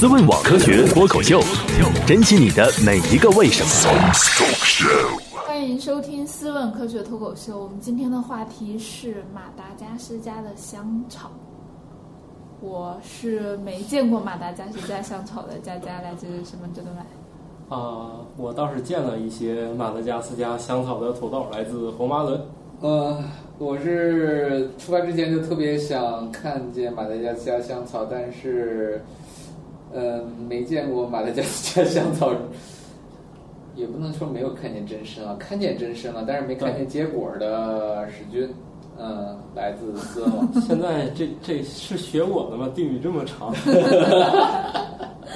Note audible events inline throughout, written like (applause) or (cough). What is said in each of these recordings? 思问网科学脱口秀，珍惜你的每一个为什么。欢迎收听《思问科学脱口秀》，我们今天的话题是马达加斯加的香草。我是没见过马达加斯加香草的，佳佳来自什么真的买？啊、我倒是见了一些马达加斯加香草的土豆，来自红麻 (laughs) 伦。呃，我是出发之前就特别想看见马达加斯加香草，但是，呃，没见过马达加斯加香草，也不能说没有看见真身啊，看见真身了，但是没看见结果的史军，嗯、来自斯文网。现在这这是学我的吗？定语这么长。 (laughs)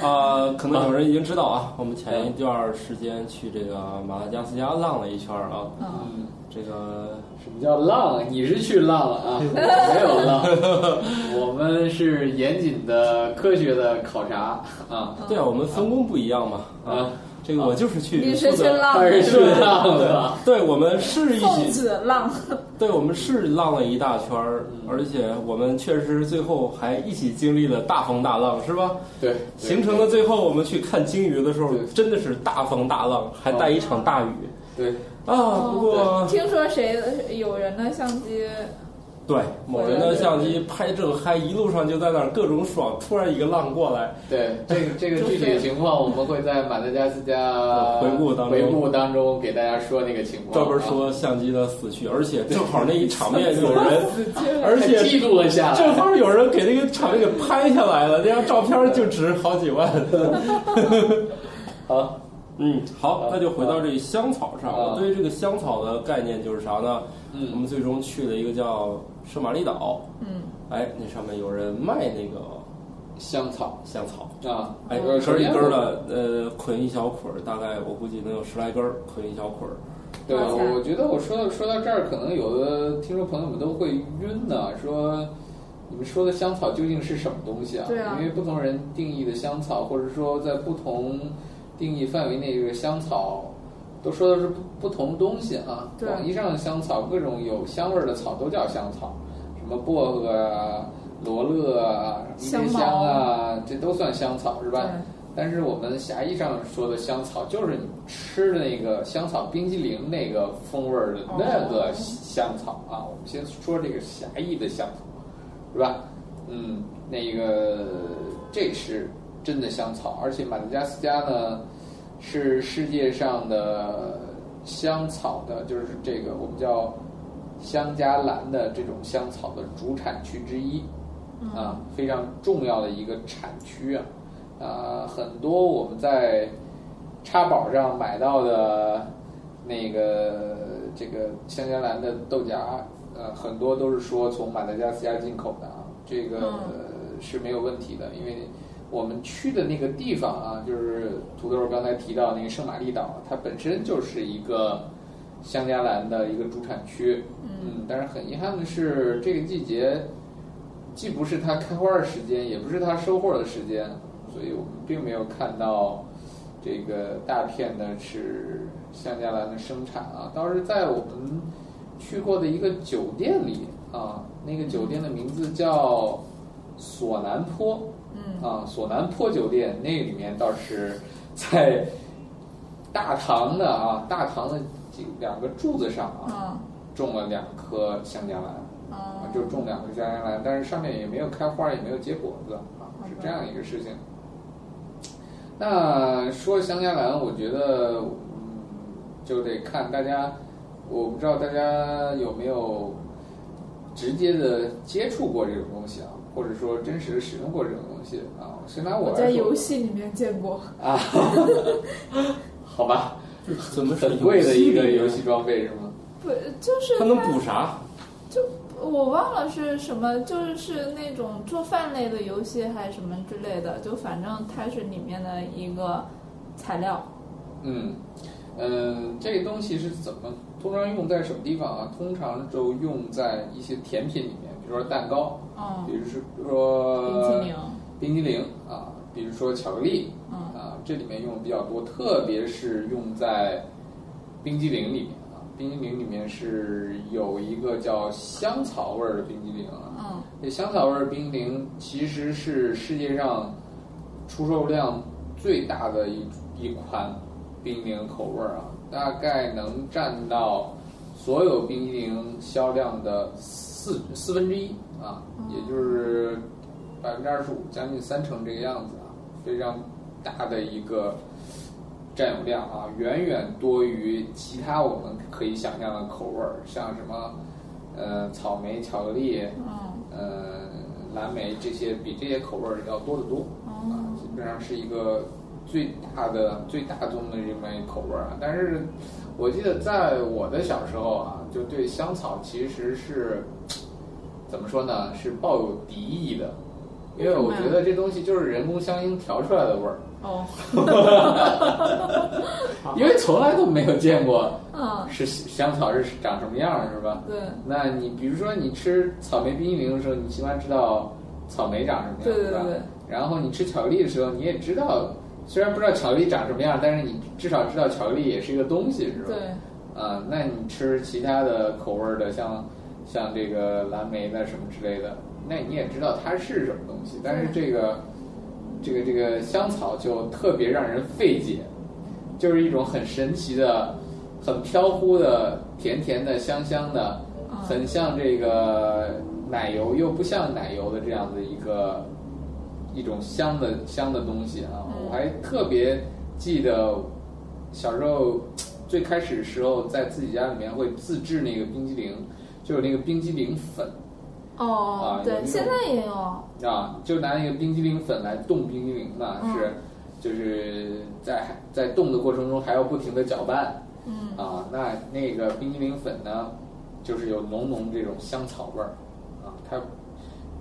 啊、可能有人已经知道啊，我们前一段时间去这个马达加斯加浪了一圈儿啊，嗯，嗯，这个什么叫浪？你是去浪了啊？我没有浪，我们是严谨的、科学的考察啊。嗯对啊，我们分工不一样嘛啊啊，这个我就是去你是负去责浪他是去浪的。对，我们是一奉起旨浪，对，我们是浪了一大圈儿，嗯而且我们确实最后还一起经历了大风大浪，是吧？对，行程的最后，我们去看鲸鱼的时候对，哦真的是大风大浪，还带一场大雨对，哦啊。不过，哦听说谁的有人的相机对某人的相机拍正嗨，一路上就在那儿各种爽，突然一个浪过来，对，这个这个具体的情况，我们会在马达加斯加 (laughs) 回顾当中回顾当中给大家说那个情况，啊专门说相机的死去，而且正好那一场面有人，啊，而且记录了 (laughs) 下正来。好有人给那个场面给拍下来了，那张照片就值好几万。 (laughs) 好，嗯，好啊，那就回到这香草上。啊我对于这个香草的概念就是啥呢？我嗯们最终去了一个叫圣玛丽岛，嗯，哎，那上面有人卖那个香草香草，啊，哎，一呃根儿一根儿，的，呃，捆一小捆儿，大概我估计能有十来根儿，捆一小捆儿。对，多少钱我觉得我说到说到这儿，可能有的听众朋友们都会晕呢，说。你们说的香草究竟是什么东西啊？对啊因为不同人定义的香草，或者说在不同定义范围内，这个香草都说的是不不同东西啊。对广义上的香草，各种有香味儿的草都叫香草，什么薄荷啊、罗勒啊、迷迭香啊，这都算香草是吧？但是我们狭义上说的香草，就是你吃的那个香草冰激凌那个风味儿的那个香草啊。我们先说这个狭义的香草，是吧？嗯，那个这是真的香草，而且马达加斯加呢是世界上的香草的，就是这个我们叫香加兰的这种香草的主产区之一嗯啊，非常重要的一个产区啊。啊，很多我们在插宝上买到的那个这个香格兰的豆荚，呃，很多都是说从马达加斯加进口的啊，这个、嗯是没有问题的，因为我们去的那个地方啊，就是土豆刚才提到那个圣玛丽岛，它本身就是一个香格兰的一个主产区，嗯嗯，但是很遗憾的是，这个季节既不是它开花的时间，也不是它收获的时间，所以我们并没有看到这个大片的是香格兰的生产啊，倒是在我们去过的一个酒店里啊，那个酒店的名字叫索南坡嗯啊，索南坡酒店，那里面倒是在大堂的啊，大堂的几两个柱子上啊，嗯种了两棵香荚兰，啊嗯，就种两棵香荚兰，但是上面也没有开花，也没有结果子啊，是这样一个事情。那说香荚兰，我觉得，嗯，就得看大家，我不知道大家有没有直接的接触过这种东西啊，或者说真实的使用过这种东西啊。先拿我我来在说游戏里面见过，啊，好吧，怎么是很贵的一个游里戏面？装备是吗？不就是它能补啥？我忘了是什么，就是那种做饭类的游戏还是什么之类的，就反正它是里面的一个材料。嗯，嗯，这个东西是怎么通常用在什么地方啊？通常就用在一些甜品里面，比如说蛋糕，嗯比，如说冰淇淋，冰激凌啊，比如说巧克力嗯啊，这里面用的比较多，特别是用在冰激凌里面啊。冰激凌里面是有一个叫香草味儿的冰激凌啊，嗯这香草味儿冰激凌其实是世界上出售量最大的一一款冰凌口味儿啊，大概能占到所有冰激凌销量的四四分之一啊，也就是百分之二十五，将近三成这个样子啊，非常大的一个占有量啊，远远多于其他我们可以想象的口味儿，像什么呃草莓、巧克力，嗯呃蓝莓这些比这些口味儿要多得多啊，哦基本上是一个最大的最大宗的这么一口味儿啊。但是我记得在我的小时候啊，就对香草其实是怎么说呢，是抱有敌意的，因为我觉得这东西就是人工香精调出来的味儿，哦，因为从来都没有见过嗯，是香草是长什么样儿，是吧？对，那你比如说你吃草莓冰激凌的时候，你起码知道草莓长什么样，对对是吧对对然后你吃巧克力的时候，你也知道，虽然不知道巧克力长什么样，但是你至少知道巧克力也是一个东西，是吧？对，啊，那你吃其他的口味儿的，像像这个蓝莓啊的什么之类的，那你也知道它是什么东西，但是这个这个这个香草就特别让人费解，就是一种很神奇的、很飘忽的、甜甜的、香香的，嗯很像这个奶油又不像奶油的这样的一个一种香的香的东西啊。嗯我还特别记得小时候最开始时候，在自己家里面会自制那个冰激凌，就有那个冰激凌粉哦啊，有一对，种现在也有，啊，就拿那个冰激凌粉来冻冰激凌嘛，嗯是就是在在冻的过程中还要不停的搅拌嗯，啊。那那个冰激凌粉呢，就是有浓浓这种香草味儿啊，它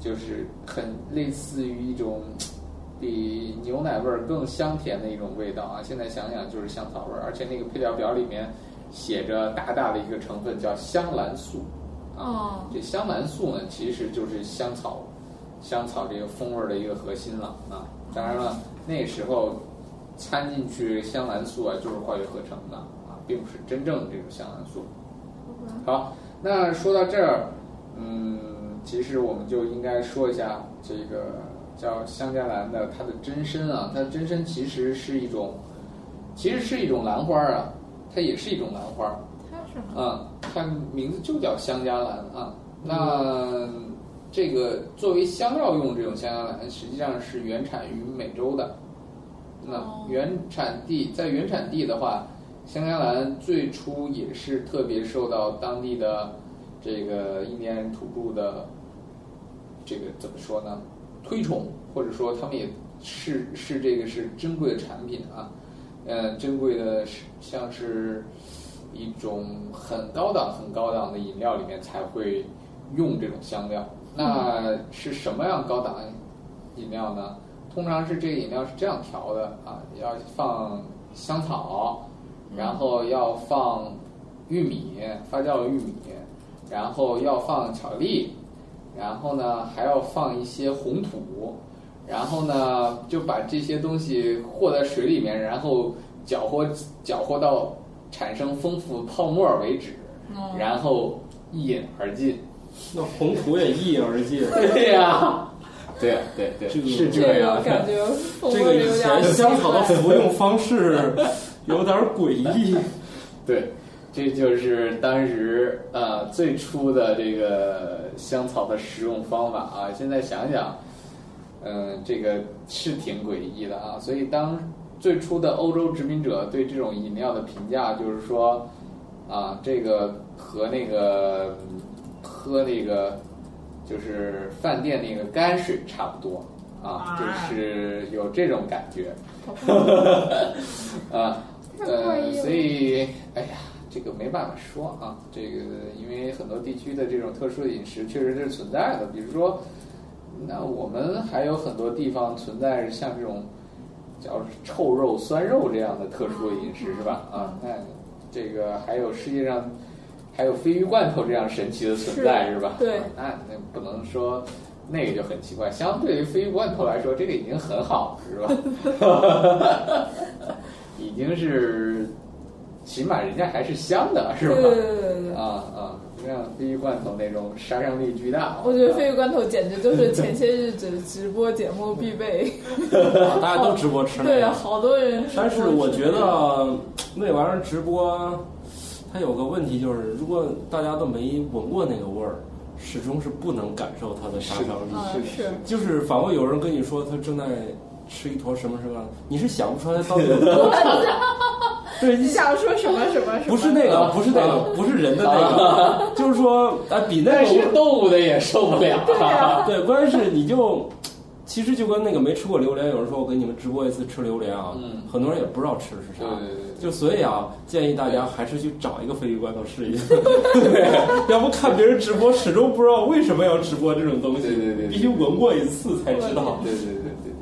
就是很类似于一种比牛奶味儿更香甜的一种味道啊。现在想想就是香草味儿，而且那个配料表里面写着大大的一个成分叫香兰素啊。哦这香兰素呢，其实就是香草香草这个风味儿的一个核心了啊。当然了，那时候掺进去香兰素啊，就是化学合成的啊，并不是真正的这种香兰素。好吧好，那说到这儿，嗯，其实我们就应该说一下这个叫香加兰的它的真身啊，它的真身其实是一种，其实是一种兰花啊，它也是一种兰花儿它是什么？啊，它名字就叫香加兰啊。那这个作为香料用这种香加兰，实际上是原产于美洲的。那哦原产地在原产地的话，香加兰最初也是特别受到当地的这个印第安人土著的这个怎么说呢？推崇，或者说他们也是是这个是珍贵的产品啊，呃，珍贵的是像是一种很高档、很高档的饮料里面才会用这种香料。那是什么样高档饮料呢？通常是这个饮料是这样调的啊，要放香草，然后要放玉米发酵的玉米，然后要放巧克力，然后呢还要放一些红土，然后呢就把这些东西和在水里面，然后搅和搅和到产生丰富泡沫为止，哦然后一饮而尽。那红土也一饮而尽。对呀、对呀、对对，这个是这样个的。感觉风 (laughs) 这个味以有点前香草的奇怪服用方式有点诡异，啊对，这就是当时呃最初的这个香草的食用方法啊。现在想想，嗯、这个是挺诡异的啊。所以当最初的欧洲殖民者对这种饮料的评价，就是说啊，这个和那个嗯喝那个就是饭店那个泔水差不多啊，就是有这种感觉。 (laughs) 啊，呃，所以，哎呀，这个没办法说啊，这个因为很多地区的这种特殊的饮食确实是存在的，比如说，那我们还有很多地方存在着像这种叫臭肉、酸肉这样的特殊的饮哦食，是吧？啊，那这个还有世界上还有鲱鱼罐头这样神奇的存在，是是吧？对啊那那不能说。那个就很奇怪，相对于鲱鱼罐头来说，这个已经很好了，是 (laughs) 吧？已经是，起码人家还是香的，是吧？对对对对对，啊啊，像鲱鱼罐头那种杀伤力巨大。我觉得鲱鱼罐头简直就是前些日子直播节目必备。啊大家都直播吃那对，啊个。好多人直播吃。但是我觉啊得那玩意儿直播，它有个问题就是，如果大家都没闻过那个味儿，始终是不能感受它的杀伤力。啊是是，就是反过有人跟你说他正在吃一坨什么什么，你是想不出来他到底有多对，你你想说什么什么什么？不是那个，不是那个，不是人的那个，就是说，哎，比那但个是动物的也受不了。啊我对，关键是你就，其实就跟那个没吃过榴莲，有人说我给你们直播一次吃榴莲啊，嗯很多人也不知道吃的是啥对。对就所以啊，建议大家还是去找一个鲱鱼罐头试一下， (laughs) 对，要不看别人直播，始终不知道为什么要直播这种东西，对对对对必须闻过一次才知道。 (laughs) 对对对对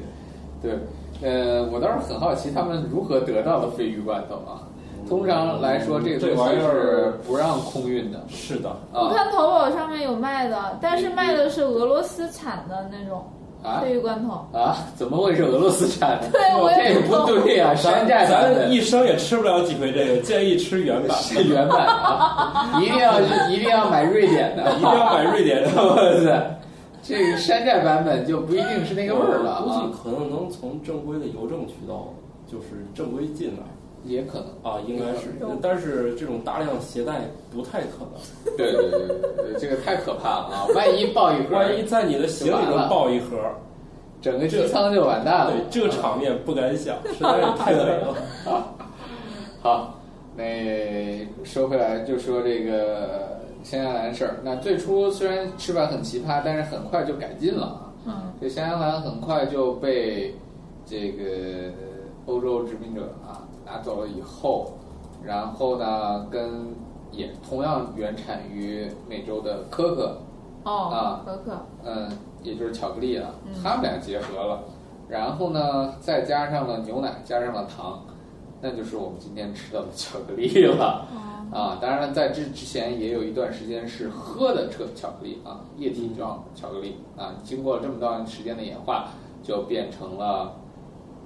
对对对，呃，我倒是很好奇他们如何得到的鲱鱼罐头啊。通常来说，这个嗯这东玩西意是儿不让空运的是的，我啊看淘宝上面有卖的，但是卖的是俄罗斯产的那种嗯啊鲱鱼罐头。啊！怎么会是俄罗斯产的？ (laughs) 对，我这也也不不懂。对呀、山咱寨版的咱一生也吃不了几回这个，建议吃原版，是原版啊，一定要一定要买瑞典的，一定要买瑞典的。哇塞， (laughs) 这个山寨版本就不一定是那个味儿了估啊，计可能能从正规的邮政渠道，就是正规进来也可能。啊，应该是，但是这种大量携带不太可能。对对对对，对这个太可怕了 (laughs) 啊！万一爆一盒，万一在你的行李中抱一盒，整个机舱就完蛋了。对这个场面不敢想，实在是太美了。好，那说回来就说这个呃香香兰的事儿。那最初虽然吃法很奇葩，但是很快就改进了啊。嗯，这香香兰很快就被这个欧洲殖民者啊拿走了以后，然后呢，跟也同样原产于美洲的可可，哦啊，可可，嗯，也就是巧克力啊嗯，它们俩结合了，然后呢，再加上了牛奶，加上了糖，那就是我们今天吃到的巧克力了哦，啊。当然，在这之前也有一段时间是喝的这巧克力啊，液体状巧克力啊。经过这么段时间的演化，就变成了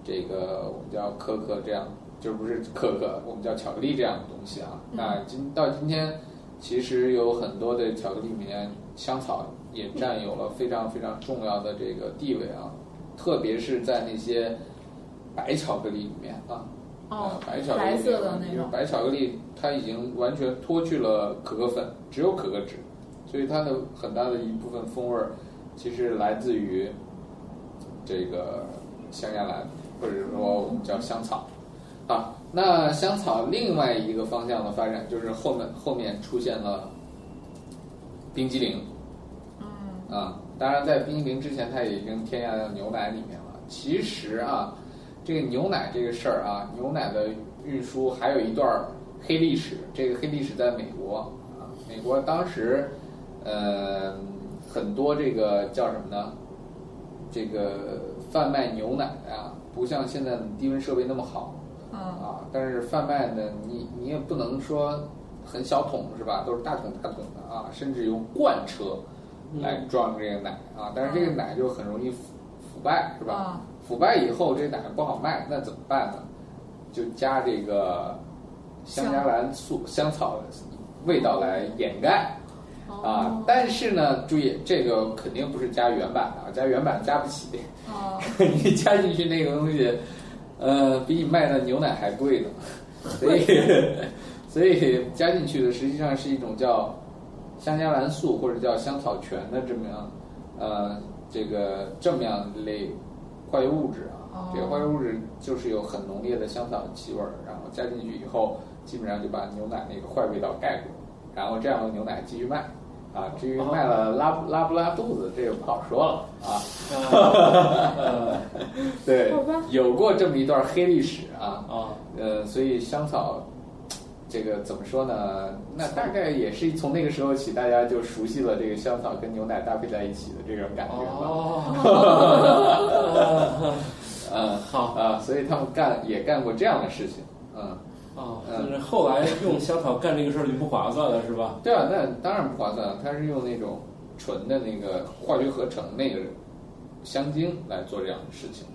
这个我们叫可可这样，就不是可可，我们叫巧克力这样的东西啊。嗯那今到今天。其实有很多的巧克力里面，香草也占有了非常非常重要的这个地位啊，特别是在那些白巧克力里面啊，哦呃，白巧克力白里面色的那种因为白巧克力它已经完全脱去了可可粉，只有可可脂，所以它的很大的一部分风味儿其实来自于这个香亚兰，或者说我们叫香草。啊，那香草另外一个方向的发展就是后面后面出现了冰激凌嗯，啊，当然在冰激凌之前，它已经添加到牛奶里面了。其实啊，这个牛奶这个事儿啊，牛奶的运输还有一段儿黑历史，这个黑历史在美国啊，美国当时呃很多这个叫什么呢？这个贩卖牛奶啊，不像现在的低温设备那么好，嗯，啊，但是贩卖呢，你你也不能说很小桶是吧？都是大桶大桶的啊，甚至用罐车来装这个奶啊，但是这个奶就很容易腐腐败是吧？啊，腐败以后这奶不好卖，那怎么办呢？就加这个香加兰素香草的味道来掩盖啊哦，，但是呢，注意这个肯定不是加原版的啊，加原版加不起。哦，你加进去那个东西，呃，比你卖的牛奶还贵呢，所以 (laughs) 所以加进去的实际上是一种叫香加兰素或者叫香草醛的这么样，呃，这个这么样一类化学物质啊哦，这个化学物质就是有很浓烈的香草气味儿，然后加进去以后，基本上就把牛奶那个坏味道盖住，然后这样的牛奶继续卖。啊，至于卖了拉不拉不拉肚子，这个不好说了啊。呃对好吧，有过这么一段黑历史啊，啊，呃，所以香草，这个怎么说呢？那大概也是从那个时候起，大家就熟悉了这个香草跟牛奶搭配在一起的这种感觉吧。哦，嗯，好啊，所以他们干也干过这样的事情。嗯，哦，就是后来用香草干这个事儿就不划算了，是吧？对啊，那当然不划算，它是用那种纯的那个化学合成那个香精来做这样的事情。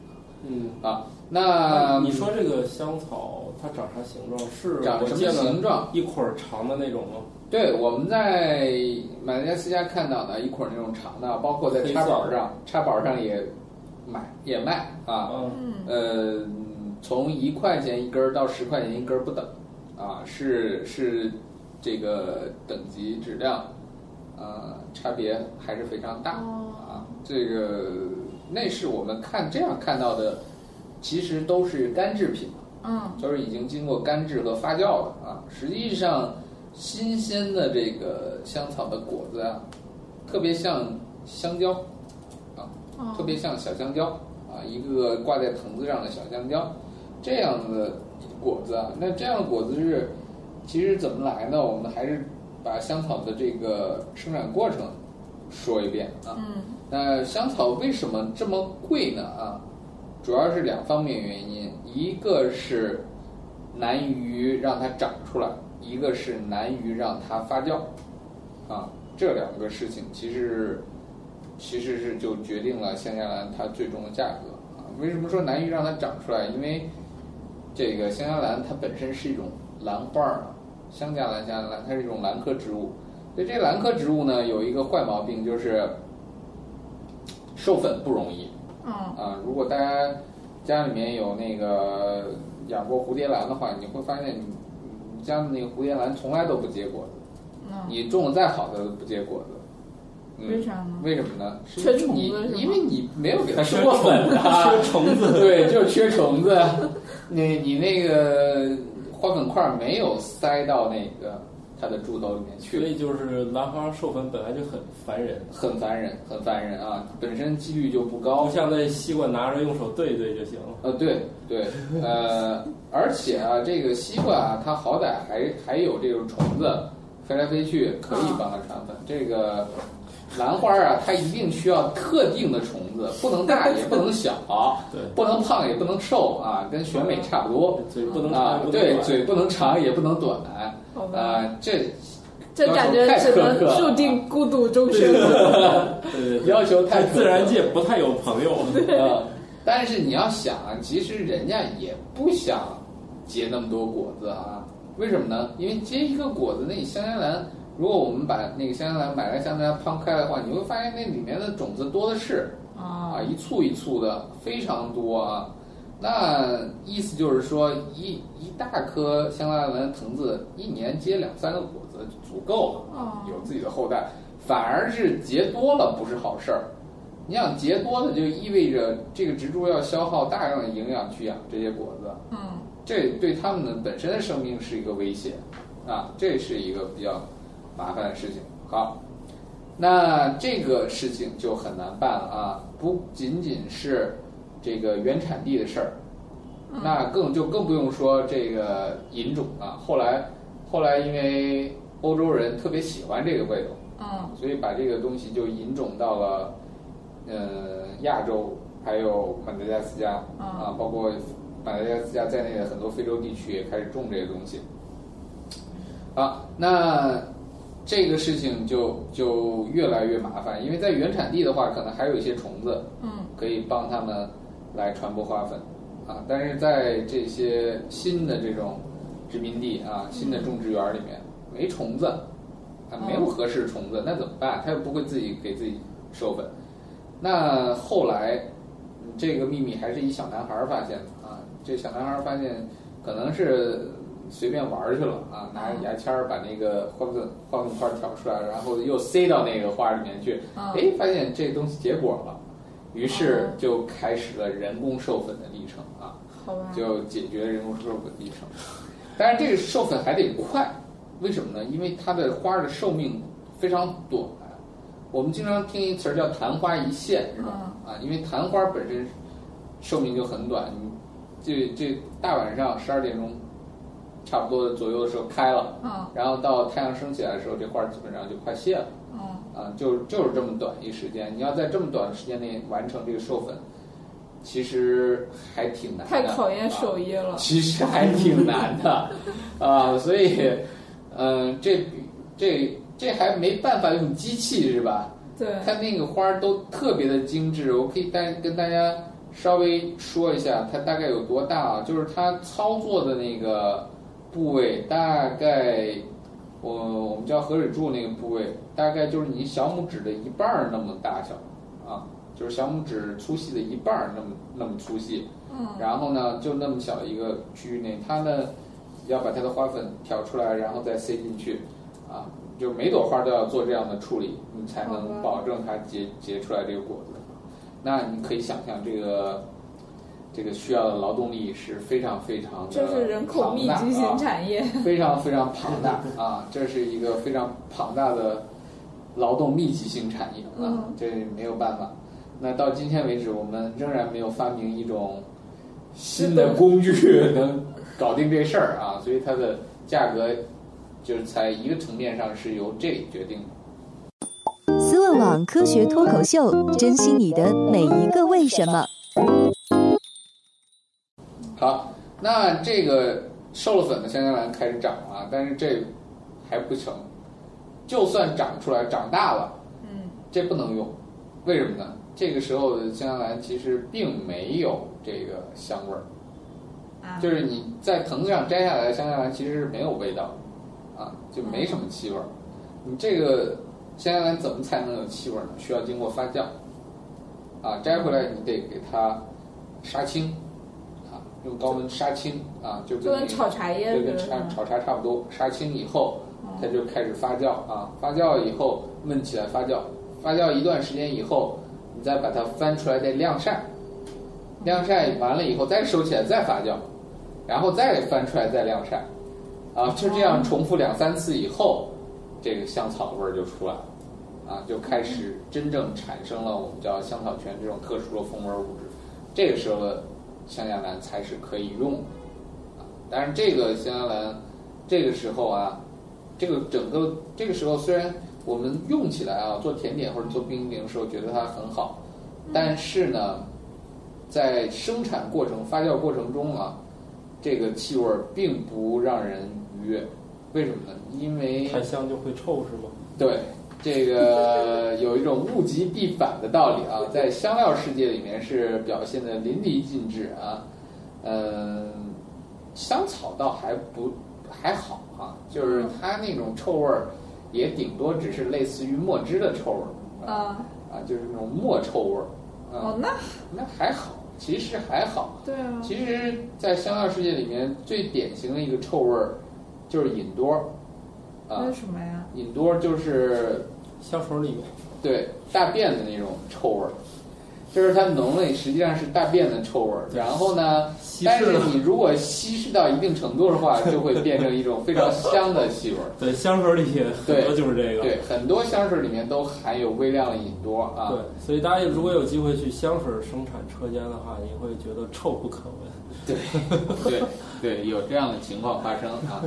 嗯，啊。那你说这个香草它长啥形状？是长我什见么了形状？一捆儿长的那种吗？对，我们在马达加斯加看到的一捆那种长的，包括在黑色插板上，插板上也买也卖啊。嗯，嗯，呃，从一块钱一根儿到十块钱一根儿不等，啊，是是这个等级质量，呃，差别还是非常大哦，啊。这个那是我们看这样看到的，其实都是干制品，嗯，都是已经经过干制和发酵的啊。实际上，新鲜的这个香草的果子啊，特别像香蕉，哦特别像小香蕉啊，一个挂在藤子上的小香蕉，这样的果子啊，那这样的果子是，其实怎么来呢？我们还是把香草的这个生产过程说一遍啊。嗯那香草为什么这么贵呢？啊，主要是两方面原因，一个是难于让它长出来，一个是难于让它发酵，啊，这两个事情其实其实是就决定了香荚兰它最终的价格啊。为什么说难于让它长出来？因为这个香荚兰它本身是一种兰花儿啊，香荚兰、香荚兰它是一种兰科植物，所以这兰科植物呢有一个坏毛病就是。授粉不容易嗯啊、如果大家家里面有那个养过蝴蝶兰的话，你会发现你你家的那个蝴蝶兰从来都不结果子，嗯，你种的再好的都不结果子。嗯、为啥呢？为什么呢？是缺虫子你是吗因为你没有给它它授缺过粉 (laughs) 啊，缺虫子。对，就是缺虫子。你你那个花粉块没有塞到那个它的柱头里面去所，以就是兰花授粉本来就很烦人，很烦人，很烦人啊，本身几率就不高不。像那西瓜拿着用手对一对就行了。呃，对对，呃，而且啊，这个西瓜啊，它好歹还还有这种虫子飞来飞去，可以帮它传粉。这个兰花啊，它一定需要特定的虫子，不能大也不能小，对，不能胖也不能瘦啊，跟选美差不多嘴不能啊长，不能对，短嘴不能长也不能短啊、好吧，这这感觉只能啊注定孤独终生。对对对，要求太苛刻自然界不太有朋友。 (laughs) 呃，但是你要想啊，其实人家也不想结那么多果子啊，为什么呢？因为结一个果子，那你香荚兰，如果我们把那个香荚兰买来香荚兰剖开的话，你会发现那里面的种子多的是啊，啊，一簇一簇的，非常多啊。那意思就是说，一一大棵香荚兰藤子一年结两三个果子就足够了。哦有自己的后代，反而是结多了不是好事儿。你想结多了，就意味着这个植株要消耗大量的营养去养这些果子，嗯这对它们的本身的生命是一个威胁啊，这是一个比较麻烦的事情。好，那这个事情就很难办了啊，不仅仅是这个原产地的事儿，嗯那更就更不用说这个引种了。后来后来因为欧洲人特别喜欢这个味道。嗯所以把这个东西就引种到了，呃，亚洲，还有马达加斯加、嗯啊，包括马达加斯加在内的很多非洲地区也开始种这些东西。啊，那这个事情就就越来越麻烦，因为在原产地的话，可能还有一些虫子嗯可以帮他们来传播花粉啊，但是在这些新的这种殖民地啊，新的种植园里面没虫子，啊，没有合适的虫子，那怎么办？它又不会自己给自己授粉。那后来，嗯这个秘密还是一小男孩儿发现的啊。这小男孩儿发现，可能是随便玩儿去了啊，拿着牙签儿把那个花粉花粉块儿挑出来，然后又塞到那个花里面去，嗯哎，发现这东西结果了，于是就开始了人工授粉的历程啊。好吧，就解决人工授粉历程。但是这个授粉还得快，为什么呢？因为它的花的寿命非常短。我们经常听一词儿叫“昙花一现”，是吧？啊，因为昙花本身寿命就很短，你这这大晚上十二点钟差不多左右的时候开了，嗯然后到太阳升起来的时候，这花儿基本上就快谢了。嗯啊，就就是这么短一时间，你要在这么短的时间内完成这个授粉，其实还挺难的，太考验手艺、艺了。其实还挺难的，啊，所以，嗯、这这这还没办法用机器是吧？对，它那个花儿都特别的精致，我可以带跟大家稍微说一下它大概有多大啊？就是它操作的那个部位，大概我我们叫河水柱那个部位，大概就是你小拇指的一半儿那么大小啊，就是小拇指粗细的一半儿那么那么粗细。嗯，然后呢，就那么小一个区域内，它呢要把它的花粉挑出来，然后再塞进去，啊，就每朵花都要做这样的处理，你才好吧能保证它结结出来这个果子。那你可以想象，这个这个需要的劳动力是非常非常的这是人口密集庞大型啊产业。 (laughs) 非常非常庞大啊，这是一个非常庞大的劳动密集性产业啊嗯，这没有办法。那到今天为止，我们仍然没有发明一种新的工具 (laughs) 能搞定这事儿啊，所以它的价格就是在一个层面上是由这里决定的。思问网科学脱口秀，珍惜你的每一个为什么。好，那这个授了粉的香蕉兰开始长了啊，但是这还不成，就算长出来长大了。嗯，这不能用，为什么呢？这个时候的香兰其实并没有这个香味儿，啊，就是你在藤子上摘下来的香兰其实是没有味道的，啊，就没什么气味儿。你这个香兰怎么才能有气味儿呢？需要经过发酵，啊，摘回来你得给它杀青，啊，用高温杀青，啊，就就跟跟你炒茶叶就似跟的炒嗯，炒茶哦差不多，杀青以后，它就开始发酵啊，发酵以后焖起来发酵，发酵一段时间以后，你再把它翻出来再晾晒，晾晒完了以后再收起来再发酵，然后再翻出来再晾晒，啊，就这样重复两三次以后，这个香草味儿就出来了，啊，就开始真正产生了我们叫香草醛这种特殊的风味儿物质，这个时候的香荚兰才是可以用的。但是这个香荚兰，这个时候啊，这个整个这个时候虽然我们用起来啊，做甜点或者做冰淇淋的时候觉得它很好，但是呢，在生产过程、发酵过程中啊，这个气味儿并不让人愉悦。为什么呢？因为太香就会臭是吗？对，这个有一种物极必反的道理啊，在香料世界里面是表现的淋漓尽致啊。嗯，香草倒还不还好啊，就是它那种臭味儿，也顶多只是类似于墨汁的臭味儿啊啊，啊，就是那种墨臭味儿哦啊，，那那还好，其实还好。对啊，其实，在香料世界里面，最典型的一个臭味儿就是隐多儿啊，为什么呀？隐多儿就是香水里面对大便的那种臭味儿，就是它浓了，实际上是大便的臭味儿。然后呢，稀但释是了，你如果稀释到一定程度的话，就会变成一种非常香的气 (laughs) 味儿。对，香水里很多就是这个。对，很多香水里面都含有微量的隐多啊。对，所以大家如果有机会去香水生产车间的话，你会觉得臭不可闻。对对对，有这样的情况发生啊。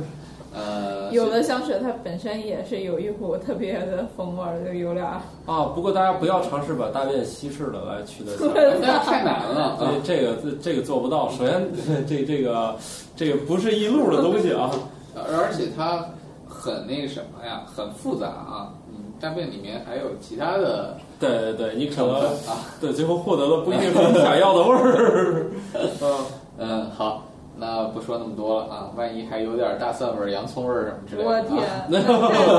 呃， (laughs) 有的香水它本身也是有一股特别的风味儿，就有点 (laughs) 儿啊，不过大家不要尝试把大便稀释了来取代香 (laughs) 所以那太难了啊对，。这个这这个做不到。首先，这这个这个不是一路的东西啊。而且它很那个什么呀，很复杂啊。嗯，大便里面还有其他的对对对，你可成分能啊。对最后获得的不一定是你想要的味 (laughs) 儿。嗯，嗯，好，那不说那么多了啊，万一还有点大蒜味儿、洋葱味儿什么之类的、我啊。天，那太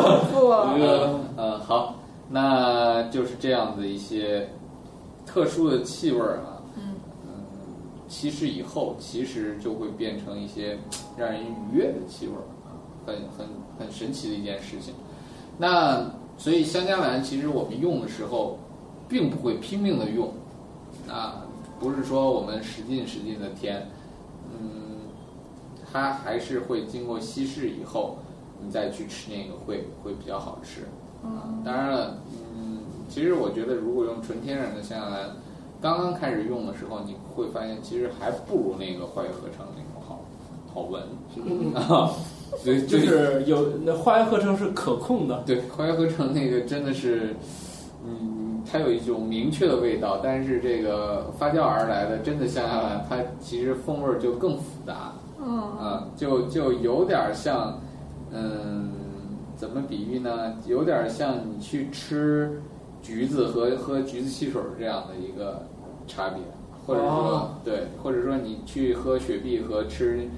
丰富了。嗯嗯，好，那就是这样的一些特殊的气味儿啊。嗯嗯，稀释以后，其实就会变成一些让人愉悦的气味儿啊，很很很神奇的一件事情。那所以香蕉兰，其实我们用的时候，并不会拼命的用，啊，不是说我们使劲使劲的添，嗯，它还是会经过稀释以后，你再去吃那个会会比较好吃。啊，当然了，嗯，其实我觉得如果用纯天然的香兰，刚刚开始用的时候，你会发现其实还不如那个化学合成那种好好闻啊，对，就对是有那化学合成是可控的。对，化学合成那个真的是，嗯，它有一种明确的味道，但是这个发酵而来的真的香料兰，它其实风味儿就更复杂，嗯，啊，就就有点儿像，嗯，怎么比喻呢？有点儿像你去吃橘子和喝橘子汽水儿这样的一个差别，或者说哦对，或者说你去喝雪碧和吃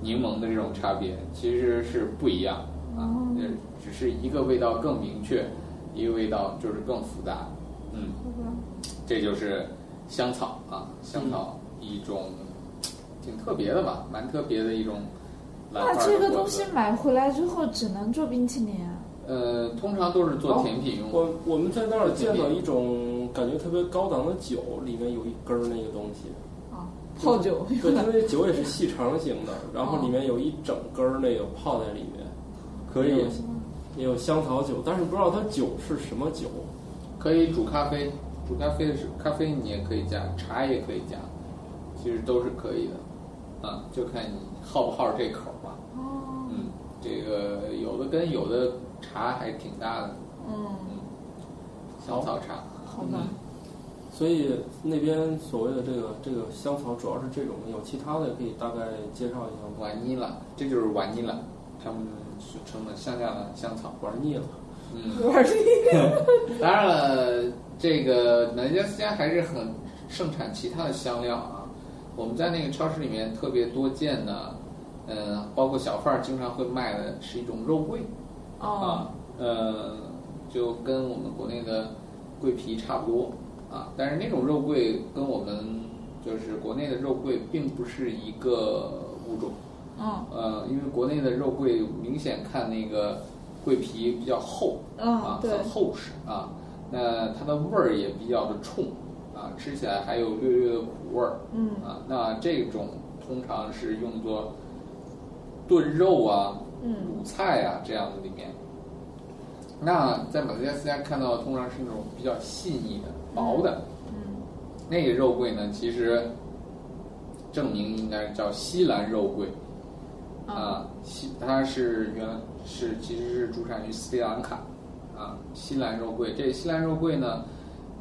柠檬的这种差别其实是不一样啊哦，呃只是一个味道更明确，一个味道就是更复杂，嗯。好吧这就是香草啊，香草嗯一种挺特别的吧，蛮特别的一种兰花那的这个果东子西买回来之后只能做冰淇淋啊？哦呃，通常都是做甜品用的。我我们在那儿见到一种感觉特别高档的酒，里面有一根儿那个东西，啊，泡酒对，因为酒也是细长型 (laughs) 的，然后里面有一整根儿那个泡在里面，可以也有也有香草酒，但是不知道它酒是什么酒。可以煮咖啡，煮咖啡是咖啡你也可以加，茶也可以加，其实都是可以的，啊，就看你好不好这口吧。哦，嗯，这个有的跟有的茶还挺搭的，嗯，香草茶。好吧，所以那边所谓的这个这个香草主要是这种，有其他的可以大概介绍一下吗？瓦尼拉，这就是瓦尼拉，他们俗称的乡下的香草。玩腻了，嗯，玩当然了，这个南加斯加还是很盛产其他的香料啊。我们在那个超市里面特别多见的，嗯，包括小贩儿经常会卖的是一种肉桂哦啊，，呃，就跟我们国内的桂皮差不多啊。但是那种肉桂跟我们就是国内的肉桂并不是一个物种，嗯呃，因为国内的肉桂明显看那个桂皮比较厚，嗯啊，，对很，厚实啊。那它的味儿也比较的冲啊，吃起来还有略略的苦味儿嗯啊。那这种通常是用作炖肉啊、嗯卤菜啊这样的里面。那在马来西亚看到的通常是那种比较细腻的、薄的嗯，那个肉桂呢，其实正名应该叫西兰肉桂。啊，西它是原是其实是主产于斯里兰卡，啊，西兰肉桂。这西兰肉桂呢，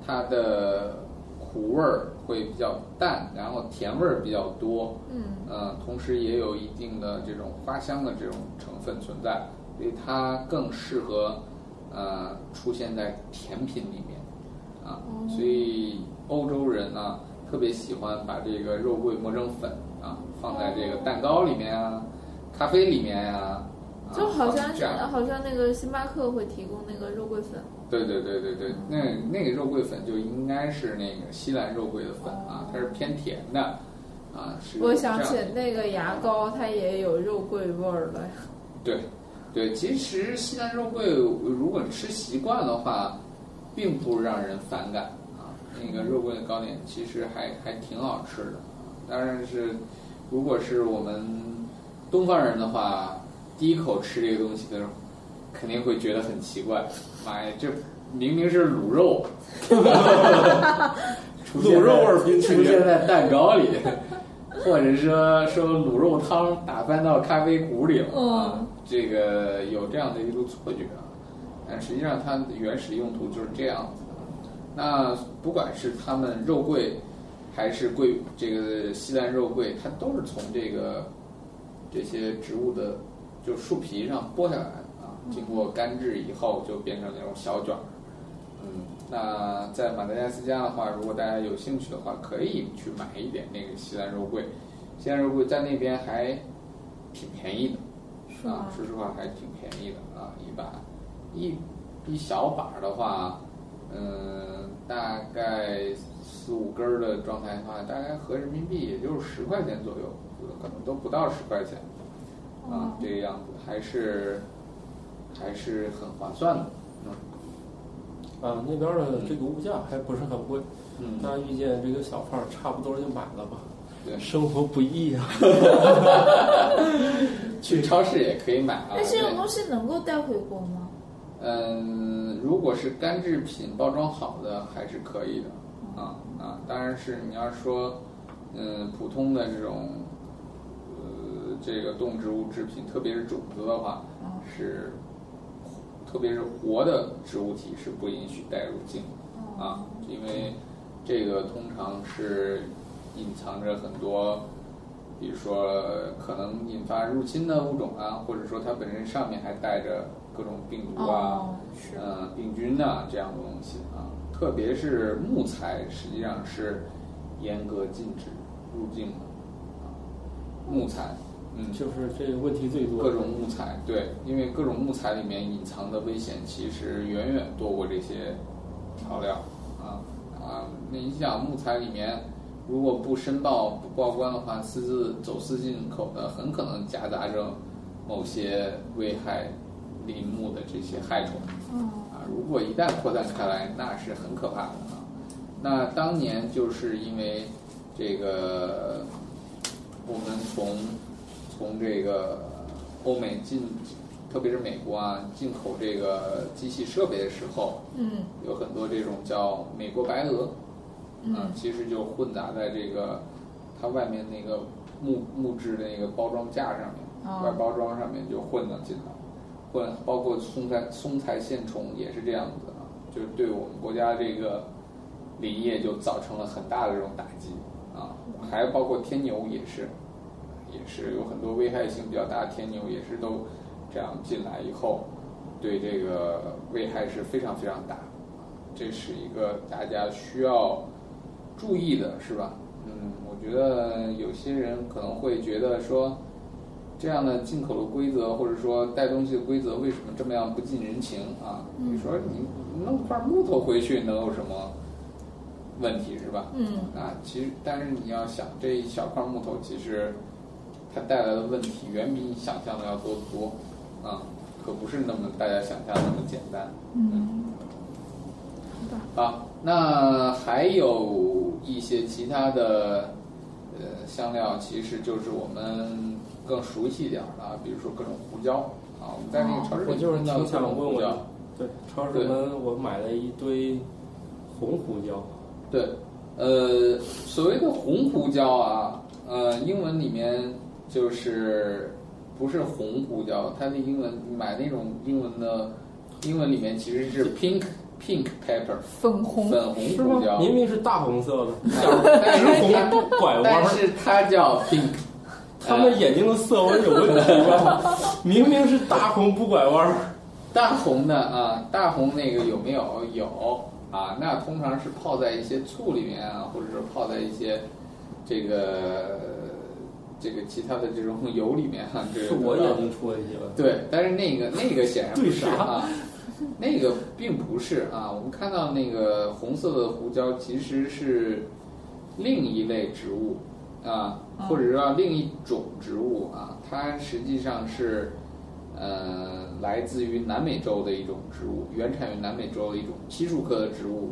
它的苦味儿会比较淡，然后甜味儿比较多，嗯呃，同时也有一定的这种花香的这种成分存在，所以它更适合呃出现在甜品里面啊。哦所以欧洲人呢、啊特别喜欢把这个肉桂磨成粉啊，放在这个蛋糕里面啊、咖啡里面呀、啊，就好像这是样。好像那个星巴克会提供那个肉桂粉，对对对对对，那那个肉桂粉就应该是那个西兰肉桂的粉啊，它是偏甜的啊。是我想这样起的那个牙膏它也有肉桂味儿了，啊对，对，其实西兰肉桂如果吃习惯的话，并不让人反感啊。那个肉桂的糕点其实还还挺好吃的，当然是如果是我们东方人的话，第一口吃这个东西的时候，肯定会觉得很奇怪，妈呀，这明明是卤肉， (laughs) 出现在卤肉味儿冰淇出淋现在蛋糕里。或者说说卤肉汤打翻到咖啡壶里了，啊嗯，这个有这样的一个错觉啊，但实际上它的原始用途就是这样子的。那不管是他们肉桂，还是桂这个西兰肉桂，它都是从这个这些植物的就树皮上剥下来啊，经过干制以后就变成那种小卷儿。嗯，那在马达加斯加的话，如果大家有兴趣的话，可以去买一点那个西兰肉桂。西兰肉桂在那边还挺便宜是的啊吗，？说实话还挺便宜的啊，一把一一小把的话，嗯，大概四五根儿的状态的话，大概合人民币也就是十块钱左右，可能都不到十块钱啊哦，这个样子还是还是很划算的。嗯啊，那边的这个物价还不是很贵，嗯，大家遇见这个小贩儿，差不多就买了吧。对生活不易啊。去超市也可以买啊。但是这种对东西能够带回国吗？嗯，如果是干制品包装好的还是可以嗯的啊啊，当然是你要说，嗯，普通的这种，呃，这个动植物制品，特别是种子的话，是，特别是活的植物体是不允许带入境的啊，因为这个通常是隐藏着很多。比如说，可能引发入侵的物种啊，或者说它本身上面还带着各种病毒啊，哦，是，呃病菌呐、这样的东西啊，特别是木材，实际上是严格禁止入境的啊木材，嗯，就是这个问题最多。各种木材，对，因为各种木材里面隐藏的危险其实远远多过这些调料啊啊！那你想，木材里面如果不申报、不报关的话，私自走私进口的，很可能夹杂着某些危害林木的这些害虫嗯啊。如果一旦扩散开来，那是很可怕的啊。那当年就是因为这个，我们从从这个欧美进，特别是美国啊，进口这个机器设备的时候，嗯有很多这种叫美国白俄，嗯啊其实就混杂在这个它外面那个木木质的那个包装架上面，哦嗯外包装上面就混了进来，混包括松菜松菜线虫也是这样子啊，就是对我们国家这个林业就造成了很大的这种打击啊，还包括天牛也是，也是有很多危害性比较大的天牛也是都这样进来以后，对这个危害是非常非常大，啊这是一个大家需要注意的，是吧？嗯，我觉得有些人可能会觉得说，这样的进口的规则或者说带东西的规则为什么这么样不近人情啊？嗯你说你弄块木头回去能有什么问题是吧？嗯啊，其实但是你要想这一小块木头，其实它带来的问题远比你想象的要多得多啊，可不是那么大家想象的那么简单。嗯，好吧，啊，那还有一些其他的呃香料，其实就是我们更熟悉一点儿的啊，比如说各种胡椒啊，我们在那个超市哦我里就是看到挺各想种问胡椒我，，对，超市门我买了一堆红胡椒，对，呃，所谓的红胡椒啊，呃，英文里面就是不是红胡椒，它的英文你买那种英文的，英文里面其实是 pink pink pepper 粉红粉红是胡吗椒，？明明是大红色的，但直是红它不拐弯但儿，是它叫 pink，他们眼睛的色温有问题吧？明明是大红不拐弯儿，大红的啊，大红那个有没有？有啊，那通常是泡在一些醋里面啊，或者是泡在一些这个这个其他的这种油里面啊。这个是我眼睛出问题了。对，但是那个那个显然不对是啥啊，那个并不是啊。我们看到那个红色的胡椒其实是另一类植物啊，或者说另一种植物啊，它实际上是呃来自于南美洲的一种植物，原产于南美洲的一种漆树科的植物，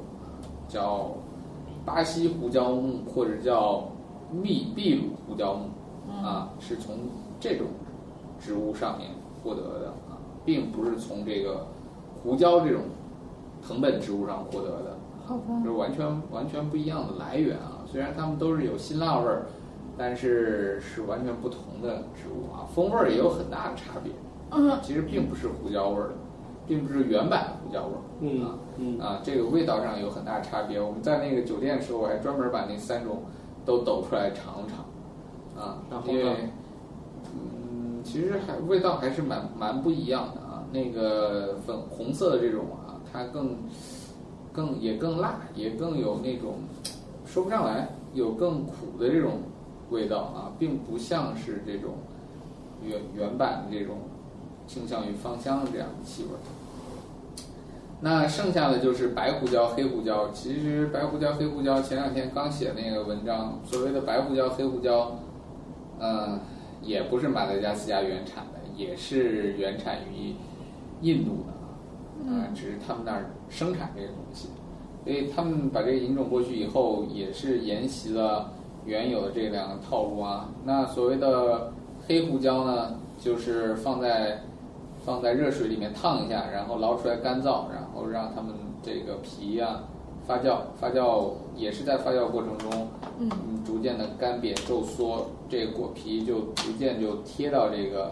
叫巴西胡椒木或者叫秘秘鲁胡椒嗯木啊，是从这种植物上面获得的啊，并不是从这个胡椒这种藤本植物上获得的，好吧这，是完全完全不一样的来源啊。虽然它们都是有辛辣味儿，但是是完全不同的植物啊，风味儿也有很大的差别。嗯其实并不是胡椒味儿的，并不是原版胡椒味儿。嗯嗯，啊，这个味道上有很大差别。我们在那个酒店的时候，我还专门把那三种都抖出来尝了尝，啊，然后呢因为嗯，其实还味道还是蛮蛮不一样的啊。那个粉红色的这种啊，它更更也更辣，也更有那种说不上来，有更苦的这种味道啊，并不像是这种原原版的这种倾向于芳香的这样的气味儿。那剩下的就是白胡椒、黑胡椒。其实白胡椒、黑胡椒，前两天刚写那个文章，所谓的白胡椒、黑胡椒，嗯，也不是马达加斯加原产的，也是原产于印度的啊，嗯、只是他们那儿生产这个东西，所以他们把这个引种过去以后，也是沿袭了原有的这两个套路啊。那所谓的黑胡椒呢，就是放在放在热水里面烫一下，然后捞出来干燥，然后让它们这个皮呀、发酵，发酵也是在发酵过程中，嗯嗯，逐渐的干瘪皱缩，这个果皮就逐渐就贴到这个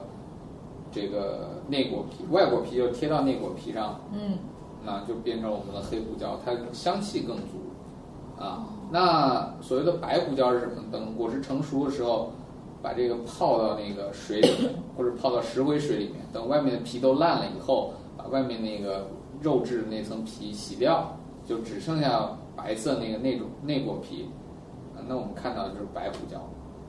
这个内果皮，外果皮就贴到内果皮上，嗯那就变成我们的黑胡椒，它香气更足啊。那所谓的白胡椒是什么？等果实成熟的时候，把这个泡到那个水里面，或者泡到石灰水里面，等外面的皮都烂了以后，把外面那个肉质的那层皮洗掉，就只剩下白色那个内种内果皮啊那我们看到的就是白胡椒，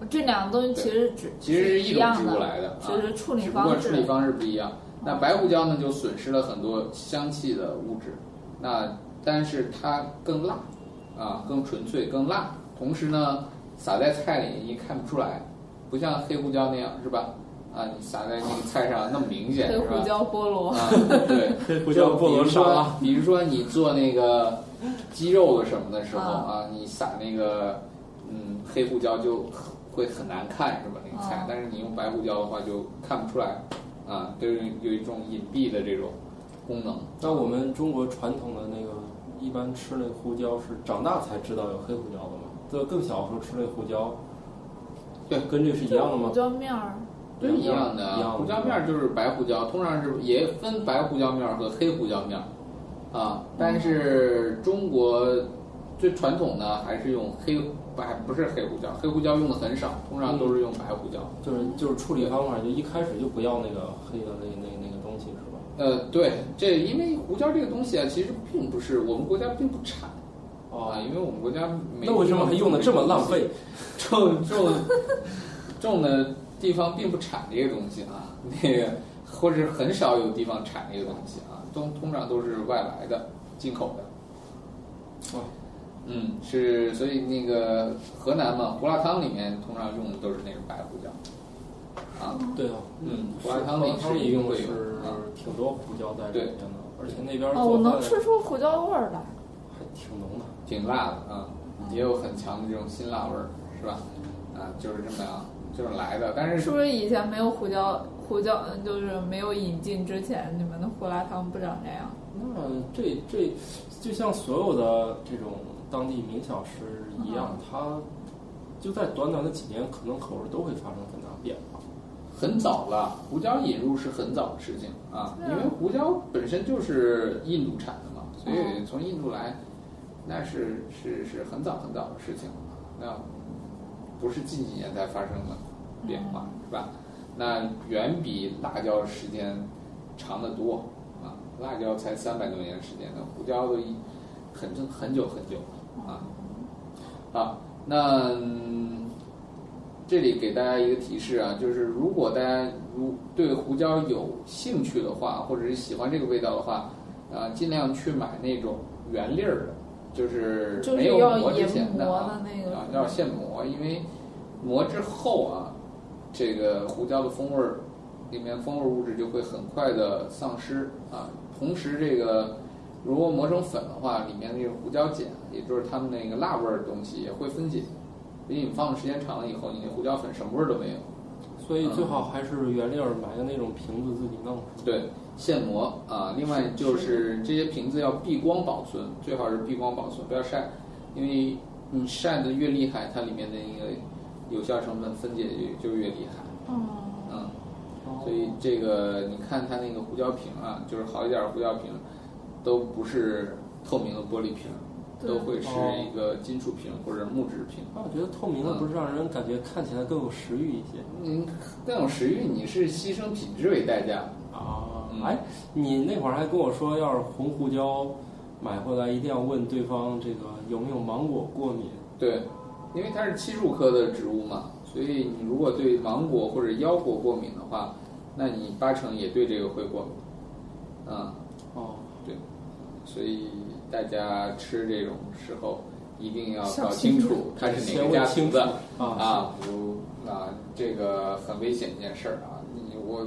这两个东西其实只其实是一一种样植的物，来的，啊只是处理只不过方处理式。嗯方式不一样。那白胡椒呢，就损失了很多香气的物质，那但是它更辣，啊，更纯粹，更辣。同时呢，撒在菜里你看不出来，不像黑胡椒那样是吧？啊，你撒在那个菜上那么明显黑是吧胡？椒菠萝，啊，对，黑胡椒菠萝沙拉，比如说你做那个鸡肉的什么的时候啊啊，你撒那个嗯黑胡椒就会很难看，是吧？那个菜啊，但是你用白胡椒的话就看不出来，啊，就是有一种隐蔽的这种功能。那我们中国传统的那个一般吃那胡椒是长大才知道有黑胡椒的嘛？就更小的时候吃那胡椒，对跟这是一样的吗胡？椒面儿，对，一样的一样的啊，胡椒面儿就是白胡椒，通常是也分白胡椒面儿和黑胡椒面儿，啊，但是中国最传统的还是用黑，不还不是黑胡椒，黑胡椒用的很少，通常都是用白胡椒。就是就是处理方法，就一开始就不要那个黑的那那那个东西是吧？呃，对，这因为胡椒这个东西啊，其实并不是我们国家并不产哦，啊，因为我们国家没那为什么还用的这么浪费？种种种的地方并不产这个东西啊，那个或者很少有地方产这个东西啊，都通常都是外来的进口的。哇，嗯，是，所以那个河南嘛，胡辣汤里面通常用的都是那个白胡椒啊，对啊，嗯，胡胡辣辣汤里汤是里用的会有是啊，挺多胡椒在里面的，而且那边哦，我做能饭吃出胡椒味儿来。还挺浓的。挺辣的啊，也有很强的这种辛辣味儿，是吧？啊，就是这么样，就是来的，但是是不是以前没有胡椒？胡椒嗯就是没有引进之前，你们的胡辣汤不长这样？那这这就像所有的这种当地名小吃一样，嗯它就在短短的几年，可能口味都会发生很大变化。很早了，胡椒引入是很早的事情啊，是啊因为胡椒本身就是印度产的嘛，所以嗯从印度来，那是是是很早很早的事情，那不是近几年才发生的变化，是吧？那远比辣椒时间长得多啊，辣椒才三百多年时间，那胡椒都一很很久很久了啊。啊，那嗯这里给大家一个提示啊，就是如果大家如对胡椒有兴趣的话，或者是喜欢这个味道的话，啊，尽量去买那种原粒儿的，就是就是没有要磨之研前磨啊的那个啊，要现磨，因为磨之后啊，这个胡椒的风味儿里面风味物质就会很快的丧失啊。同时，这个如果磨成粉的话，里面那个胡椒碱，也就是它们那个辣味儿的东西也会分解。因为你放的时间长了以后，你那胡椒粉什么味儿都没有。所嗯以最好还是原料买个那种瓶子自己弄。对，现磨啊。另外就是这些瓶子要避光保存，最好是避光保存，不要晒，因为你晒的越厉害，它里面的那个有效成分分解就就越厉害。嗯，嗯，所以这个你看它那个胡椒瓶啊，就是好一点的胡椒瓶，都不是透明的玻璃瓶，对都会是一个金属瓶或者木质瓶。那啊我觉得透明的不是让人感觉看起来更有食欲一些嗯，那种食欲你是牺牲品质为代价，啊嗯哎，你那会儿还跟我说，要是红胡椒买回来，一定要问对方这个有没有芒果过敏。对，因为它是漆树科的植物嘛，所以你如果对芒果或者腰果过敏的话，那你八成也对这个会过敏。嗯，哦，所以大家吃这种时候一定要小搞心清点楚它是哪先个家问族清楚的。啊。啊，不啊，这个很危险一件事儿啊！你我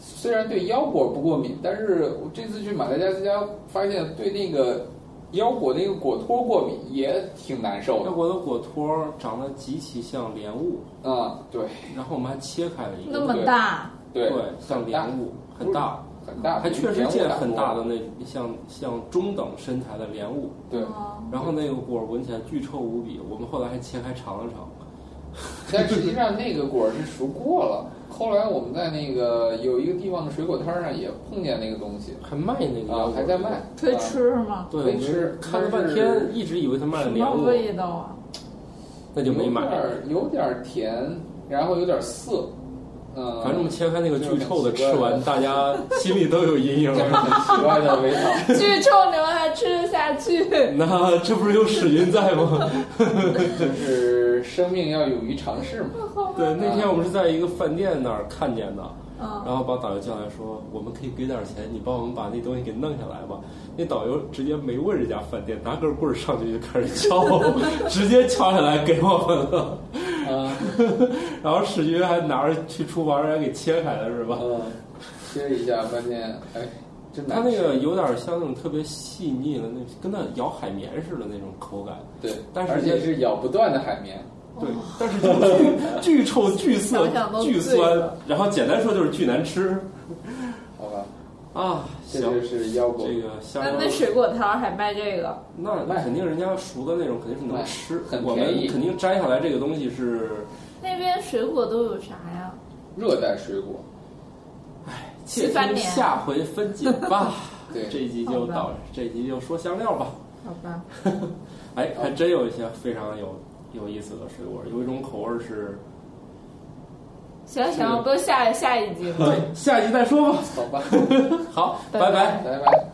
虽然对腰果不过敏，但是我这次去马达加斯加发现对那个腰果那个果托过敏，也挺难受泰国的果托儿长得极其像莲雾，的啊。对然后我们还切开了一个，那么大，对，像莲雾，很大，很大，还确实比见莲雾很大大多的了。那像像中等身材的莲雾，对，哦然后那个果儿闻起来巨臭无比，我们后来还切开尝了尝，但实际上那个果儿是熟过了。后来我们在那个有一个地方的水果摊儿上也碰见那个东嗯西还卖那个啊，还在卖，，可以啊吃是吗？对，可以我们吃看了但半是天，一直以为他卖什的么莲雾，味道啊？那就没买有点。儿有点儿甜，然后有点儿涩，嗯，反正我们切开那个巨臭的，嗯吃完大家心里都有阴影这是了。 (laughs) 很奇怪的味道。巨臭牛还吃得下去？那这不是有史云在吗？就是生命要勇于尝试嘛。对，那天我们是在一个饭店那儿看见的，嗯，然后把导游叫来说，我们可以给点钱，你帮我们把那东西给弄下来吧。那导游直接没问人家饭店，拿根棍儿上去就开始敲， (laughs) 直接敲下来给我们了。嗯 (laughs) 然后史军还拿着去厨房让人给切开了是吧？嗯，切一下发现，哎，真它难吃。那个有点像那种特别细腻的那，跟那咬海绵似的那种口感。对，但是而且是咬不断的海绵。对，但是就是 (laughs) 巨巨臭、巨涩哦想想、都巨醉酸了，然后简单说就是巨难吃好吧，啊。这行，就是腰果，这个香那蕉，那水果摊儿还卖这个？那卖肯定人家熟的那种肯定是能卖吃，很我便们宜肯定摘下来这个东西是那边水果都有啥呀？热带水果。且吃翻听脸下回分解吧。对， (laughs) 这一集好就吧到，这一集就说香料吧。好吧，哎，还真有一些非常有有意思的水果，有一种口味是，行行，我们下下一集嗯吧。对，下一集再说吧。好吧， (laughs) 好，拜拜拜拜拜拜。